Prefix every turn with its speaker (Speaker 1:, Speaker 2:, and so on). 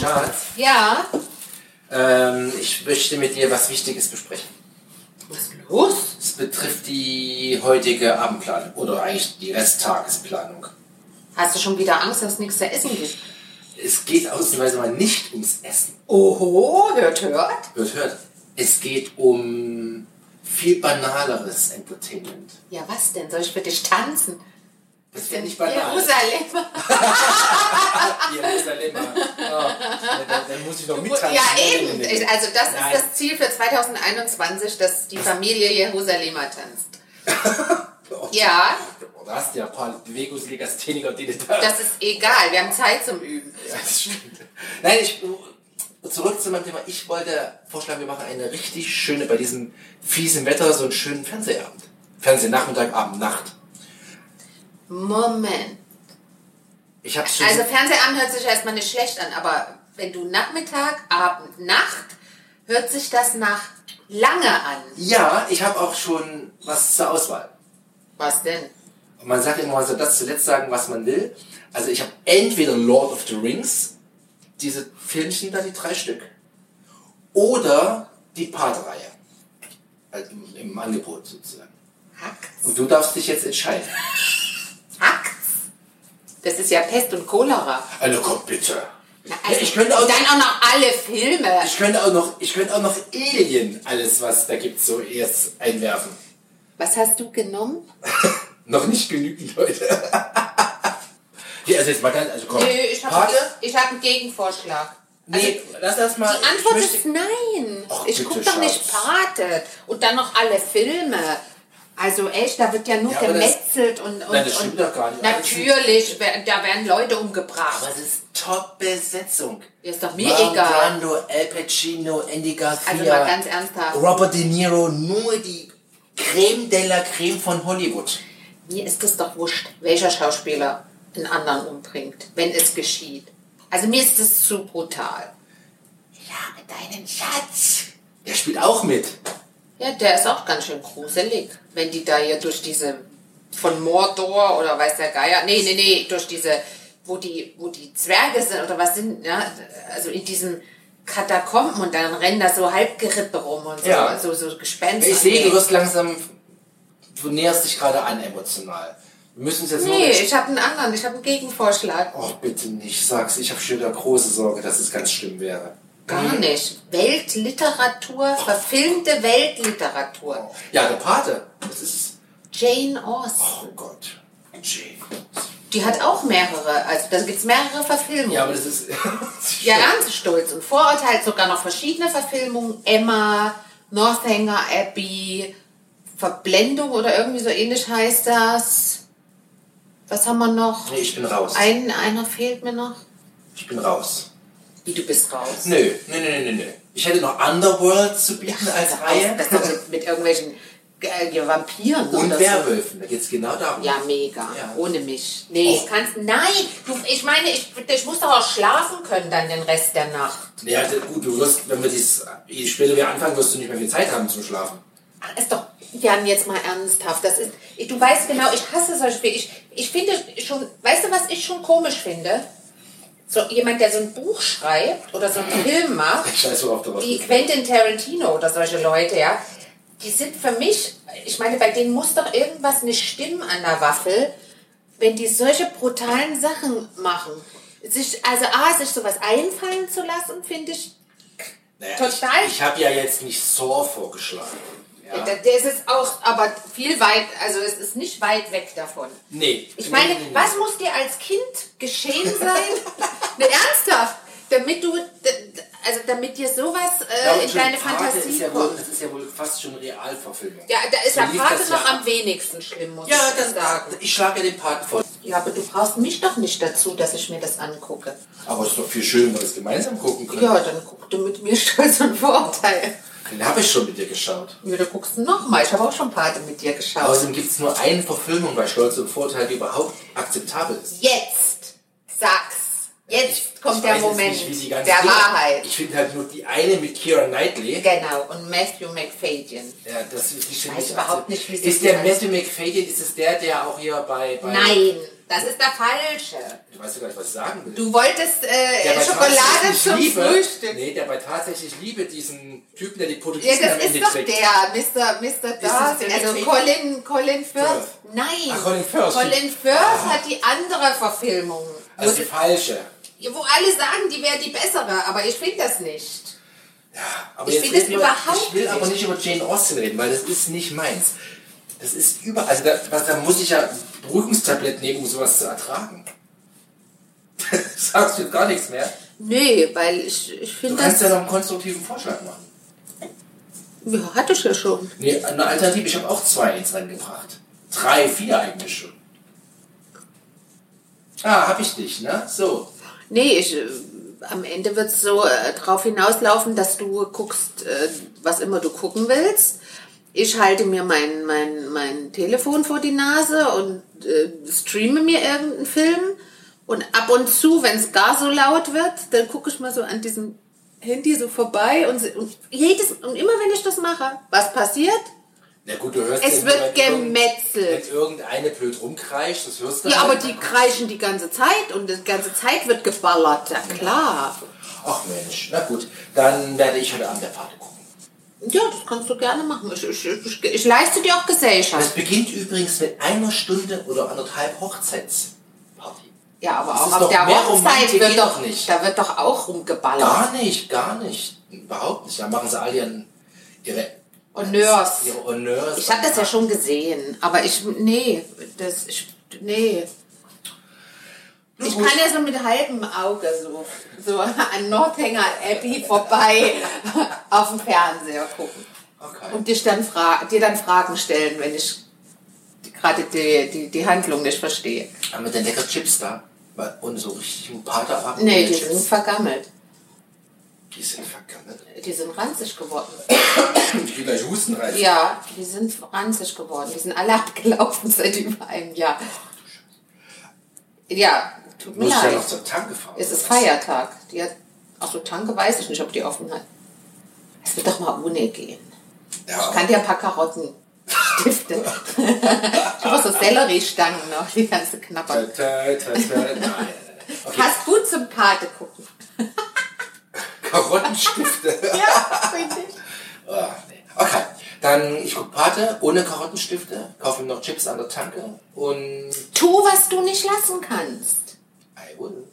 Speaker 1: Schatz,
Speaker 2: Ja,
Speaker 1: ähm, ich möchte mit dir was Wichtiges besprechen.
Speaker 2: was ist los?
Speaker 1: Es betrifft die heutige Abendplanung oder eigentlich die Resttagesplanung.
Speaker 2: Hast du schon wieder Angst, dass es nichts zu essen gibt?
Speaker 1: Es geht ausnahmsweise mal nicht ums Essen.
Speaker 2: Oho, hört, hört.
Speaker 1: Hört, hört. Es geht um viel banaleres Entertainment.
Speaker 2: Ja, was denn? Soll ich für dich tanzen?
Speaker 1: Das wäre nicht banal.
Speaker 2: Jerusalem.
Speaker 1: Jerusalem. Ja, Oh, dann, dann muss ich doch mitteilen.
Speaker 2: Ja, eben. Ich- Also das ist das Ziel für 2021, dass die Familie Jerusalemer tanzt. Ja,
Speaker 1: Du hast ja ein paar Bewegungslegastheniker, die das da
Speaker 2: das ist egal. Wir haben Zeit zum Üben.
Speaker 1: Ja, das stimmt. Nein, ich, zurück zu meinem Thema. Ich wollte vorschlagen, wir machen eine richtig schöne, bei diesem fiesen Wetter, so einen schönen Fernsehabend. Fernsehnachmittag, Abend, Nacht.
Speaker 2: Moment.
Speaker 1: Ich hab's schon.
Speaker 2: Also Fernsehabend hört sich erstmal nicht schlecht an, aber wenn du Nachmittag, Abend, Nacht, hört sich das nach lange an.
Speaker 1: ja, ich habe auch schon was zur Auswahl.
Speaker 2: Was denn?
Speaker 1: Und man sagt immer, man soll das zuletzt sagen, was man will. Also ich habe entweder Lord of the Rings, diese Filmchen da, die drei Stück, oder die Part-Reihe. Also im, Im Angebot sozusagen.
Speaker 2: Hackt's?
Speaker 1: Und du darfst dich jetzt entscheiden.
Speaker 2: Hackt's? Das ist ja Pest und Cholera.
Speaker 1: Also komm bitte.
Speaker 2: Na, also
Speaker 1: Ja, ich könnte auch-
Speaker 2: dann auch noch alle Filme.
Speaker 1: Ich könnte auch noch, ich könnte auch noch Alien, alles was da gibt, so erst einwerfen.
Speaker 2: Was hast du genommen?
Speaker 1: Noch nicht genügend Leute. ja, also jetzt mal ganz, also komm.
Speaker 2: Nö, Äh, ich habe
Speaker 1: Pate?
Speaker 2: hab einen Gegenvorschlag. Also,
Speaker 1: Nee, lass das mal.
Speaker 2: Die Antwort
Speaker 1: ich
Speaker 2: ist nein.
Speaker 1: Ach,
Speaker 2: ich
Speaker 1: bitte,
Speaker 2: gucke doch nicht
Speaker 1: Schatz.
Speaker 2: Pate und dann noch alle Filme. Also echt, da wird ja nur
Speaker 1: Ja, aber das-
Speaker 2: gemetzelt und, und,
Speaker 1: Nein, das
Speaker 2: und
Speaker 1: stimmt doch gar nicht.
Speaker 2: natürlich, wer- da werden Leute umgebracht.
Speaker 1: Aber es ist Top-Besetzung.
Speaker 2: Ja, ist doch mir
Speaker 1: Marlon
Speaker 2: egal.
Speaker 1: Brando, Al Pacino, Andy Garcia.
Speaker 2: Also mal ganz ernsthaft.
Speaker 1: Robert De Niro, nur die Creme de la Creme von Hollywood.
Speaker 2: Mir ist es doch wurscht, welcher Schauspieler einen anderen umbringt, wenn es geschieht. Also mir ist es zu brutal. Ich habe deinen Schatz.
Speaker 1: Der spielt auch mit.
Speaker 2: Ja, der ist auch ganz schön gruselig, wenn die da hier durch diese von Mordor oder weiß der Geier, nee, nee, nee, durch diese, wo die, wo die Zwerge sind oder was sind, ja, also in diesen Katakomben und dann rennen da so Halbgerippe rum und so,
Speaker 1: Ja.
Speaker 2: so, so Gespenster.
Speaker 1: Ich sehe,
Speaker 2: Nee.
Speaker 1: du wirst langsam. Du näherst dich gerade an emotional. Wir müssen uns jetzt nur.
Speaker 2: Nee, ich habe einen anderen, ich habe einen Gegenvorschlag.
Speaker 1: Oh, bitte nicht, sag's. Ich habe schon wieder große Sorge, dass es ganz schlimm wäre.
Speaker 2: Gar nicht. Weltliteratur, verfilmte Weltliteratur.
Speaker 1: Ja, der Pate. Das ist.
Speaker 2: Jane Austen.
Speaker 1: Oh Gott. Jane.
Speaker 2: Die hat auch mehrere, also da gibt's mehrere Verfilmungen.
Speaker 1: Ja, aber das ist.
Speaker 2: Ja, ganz stolz und Vorurteil sogar noch verschiedene Verfilmungen. Emma, Northanger Abbey, Verblendung oder irgendwie so ähnlich heißt das. Was haben wir noch?
Speaker 1: Nee, ich bin raus.
Speaker 2: Ein, einer fehlt mir noch.
Speaker 1: Ich bin raus.
Speaker 2: Wie, du bist raus.
Speaker 1: Nö, nö, nö, nö, nö. Ich hätte noch Underworld zu bieten als Reihe.
Speaker 2: Das hat mit, mit irgendwelchen äh, Vampiren
Speaker 1: Und
Speaker 2: oder
Speaker 1: Werwölfen. Da geht's genau darum.
Speaker 2: so. Ja, mega.
Speaker 1: Ja.
Speaker 2: Ohne mich. Nee,
Speaker 1: Oh.
Speaker 2: kannst. Nein! Du, ich meine, ich, ich muss doch auch schlafen können dann den Rest der Nacht.
Speaker 1: Ja, also gut, du wirst, wenn wir dies, je später wir anfangen, wirst du nicht mehr viel Zeit haben zum Schlafen.
Speaker 2: Ach, ist doch, Jan, jetzt mal ernsthaft. Das ist, ich- du weißt genau, ich hasse solche Spiele. Ich, ich finde schon, weißt du, was ich schon komisch finde? So jemand, der so ein Buch schreibt oder so einen Film macht,
Speaker 1: Ich weiß, worauf du was
Speaker 2: wie Quentin Tarantino oder solche Leute, ja, die sind für mich, ich meine, bei denen muss doch irgendwas nicht stimmen an der Waffel, wenn die solche brutalen Sachen machen. Sich, also A, sich sowas einfallen zu lassen, finde ich
Speaker 1: Naja,
Speaker 2: Total.
Speaker 1: Ich, ich habe ja jetzt nicht Saw vorgeschlagen. Ja.
Speaker 2: Da- Das ist auch, aber viel weit, also es ist nicht weit weg davon.
Speaker 1: Nee.
Speaker 2: Ich meine,
Speaker 1: Nee, nee, nee.
Speaker 2: was muss dir als Kind geschehen sein? ne, ernsthaft, damit du, d- d- also damit dir sowas
Speaker 1: Ja, und
Speaker 2: äh, in
Speaker 1: schon
Speaker 2: deine
Speaker 1: Pate
Speaker 2: Fantasie
Speaker 1: ist ja wohl,
Speaker 2: kommt.
Speaker 1: Das ist ja wohl fast schon Realverfilmung.
Speaker 2: Ja, da ist
Speaker 1: So
Speaker 2: der
Speaker 1: lief
Speaker 2: Pate
Speaker 1: das
Speaker 2: noch
Speaker 1: ja.
Speaker 2: am wenigsten schlimm, muss
Speaker 1: Ja,
Speaker 2: ich
Speaker 1: das
Speaker 2: sagen.
Speaker 1: Ich schlage den Paten vor.
Speaker 2: Ja, aber du brauchst mich doch nicht dazu, dass ich mir das angucke.
Speaker 1: Aber es ist doch viel schöner, wenn wir das gemeinsam gucken können.
Speaker 2: Ja, dann guck du mit mir stolz und Vorurteil.
Speaker 1: Den habe ich schon mit dir geschaut.
Speaker 2: Ja, dann guckst du nochmal. Ich habe auch schon Pate mit dir geschaut.
Speaker 1: Außerdem gibt es nur eine Verfilmung bei Stolz und Vorteil, die überhaupt akzeptabel ist.
Speaker 2: Jetzt sag's. Jetzt kommt
Speaker 1: Ich
Speaker 2: der
Speaker 1: weiß jetzt
Speaker 2: Moment
Speaker 1: nicht, wie sie
Speaker 2: der
Speaker 1: ganz geht.
Speaker 2: Wahrheit.
Speaker 1: Ich finde halt nur die eine mit Kira Knightley.
Speaker 2: Genau, und Matthew McFadyen.
Speaker 1: Ja, das ist die ich
Speaker 2: weiß überhaupt nicht, wie sie
Speaker 1: Ist der
Speaker 2: heißt.
Speaker 1: Matthew McFadyen, ist es der, der auch hier bei, bei
Speaker 2: Nein, Das ist der falsche.
Speaker 1: Ich weiß gar nicht, was ich sagen will.
Speaker 2: Du wolltest äh,
Speaker 1: bei
Speaker 2: Schokolade
Speaker 1: tatsächlich
Speaker 2: zum
Speaker 1: liebe,
Speaker 2: Frühstück.
Speaker 1: Nee, der bei tatsächlich Liebe diesen Typen, der die
Speaker 2: Ja,
Speaker 1: Portugiesen am
Speaker 2: das
Speaker 1: Ende
Speaker 2: ist doch
Speaker 1: kriegt.
Speaker 2: der, Mr. Mr. Darcy.
Speaker 1: der
Speaker 2: Also
Speaker 1: Trick?
Speaker 2: Colin, Colin Firth.
Speaker 1: Firth.
Speaker 2: Nein.
Speaker 1: Ah, Colin Firth. Ah.
Speaker 2: Colin Firth hat die andere Verfilmung.
Speaker 1: Also
Speaker 2: wo,
Speaker 1: die falsche.
Speaker 2: wo alle sagen, die wäre die bessere, aber ich finde das nicht.
Speaker 1: Aber
Speaker 2: Ich
Speaker 1: jetzt
Speaker 2: finde das
Speaker 1: reden wir-
Speaker 2: überhaupt
Speaker 1: Ich will aber
Speaker 2: nicht.
Speaker 1: nicht über Jane Austen reden, weil das ist nicht meins. Das ist über. Also da, was, da muss ich ja Beruhigungstabletten nehmen, um sowas zu ertragen. Sagst du jetzt gar nichts mehr.
Speaker 2: Nee, weil ich, ich
Speaker 1: Du
Speaker 2: finde
Speaker 1: kannst
Speaker 2: das.
Speaker 1: ja noch einen konstruktiven Vorschlag machen.
Speaker 2: Ja, hatte ich ja schon.
Speaker 1: Nee, eine Alternative, ich habe auch zwei ins Rennen gebracht. Drei, vier eigentlich schon. Ah, hab ich nicht, ne? So.
Speaker 2: Nee, ich, äh, am Ende wird es so äh, drauf hinauslaufen, dass du guckst, äh, was immer du gucken willst. Ich halte mir mein, mein, mein Telefon vor die Nase und äh, streame mir irgendeinen Film. Und ab und zu, wenn es gar so laut wird, dann gucke ich mal so an diesem Handy so vorbei. Und, se- und, jedes, und immer wenn ich das mache, was passiert?
Speaker 1: Na gut, du hörst
Speaker 2: Es
Speaker 1: ja,
Speaker 2: wird
Speaker 1: wenn irgend-
Speaker 2: gemetzelt.
Speaker 1: Wenn irgendeine blöd rumkreischt, das hörst du
Speaker 2: Ja,
Speaker 1: halt.
Speaker 2: aber die kreischen die ganze Zeit und die ganze Zeit wird geballert, ja klar.
Speaker 1: Ach Mensch, na gut, dann werde ich heute Abend der Pate gucken.
Speaker 2: Ja, das kannst du gerne machen. Ich, ich, ich, ich leiste dir auch Gesellschaft.
Speaker 1: Das beginnt übrigens mit einer Stunde oder anderthalb Hochzeitsparty.
Speaker 2: Ja, aber
Speaker 1: Das
Speaker 2: auch
Speaker 1: ist
Speaker 2: auf
Speaker 1: doch
Speaker 2: der
Speaker 1: mehr
Speaker 2: Hochzeit
Speaker 1: Romantik
Speaker 2: wird
Speaker 1: geht
Speaker 2: doch
Speaker 1: doch
Speaker 2: nicht.
Speaker 1: nicht.
Speaker 2: Da wird doch auch rumgeballert.
Speaker 1: Gar nicht, gar nicht. Überhaupt nicht. Da machen sie alle ihren, ihre,
Speaker 2: Und Nörs.
Speaker 1: ihre Honneurs.
Speaker 2: Ich habe das ja schon gesehen, aber ich nee, das ich nee.
Speaker 1: Na
Speaker 2: Ich
Speaker 1: gut.
Speaker 2: kann ja so mit halbem Auge so, so an Nordhänger Abbey vorbei auf dem Fernseher gucken
Speaker 1: Okay.
Speaker 2: und dich dann fra dir dann Fragen stellen, wenn ich gerade die, die, die Handlung nicht verstehe.
Speaker 1: Haben wir denn lecker Chips da? Weil- Und so richtigen Paterabend.
Speaker 2: Nee,
Speaker 1: mit
Speaker 2: die
Speaker 1: den
Speaker 2: sind
Speaker 1: Chips.
Speaker 2: vergammelt.
Speaker 1: Die sind vergammelt.
Speaker 2: Die sind ranzig geworden.
Speaker 1: Ich will gleich Husten rein.
Speaker 2: Ja, die sind ranzig geworden. Die sind alle abgelaufen seit über einem Jahr. Ja, tut mir
Speaker 1: Muss ja
Speaker 2: leid.
Speaker 1: noch zur Tanke fahren.
Speaker 2: Es ist Feiertag. Die hat, ach so, Tanke weiß ich nicht, ob die offen hat. Es wird doch mal ohne gehen.
Speaker 1: Ja,
Speaker 2: Ich kann dir ein paar Karotten stiften. ich habe auch so Selleriestangen noch, die ganze
Speaker 1: Ta,
Speaker 2: knabbern.
Speaker 1: ta, ta, ta. Nein. Okay.
Speaker 2: Passt gut zum Pate gucken.
Speaker 1: Karottenstifte.
Speaker 2: Ja, richtig.
Speaker 1: Ah, nee. Okay, dann ich gucke Pate ohne Karottenstifte, kaufe mir noch Chips an der Tanke und
Speaker 2: Tu, was du nicht lassen kannst.
Speaker 1: I will.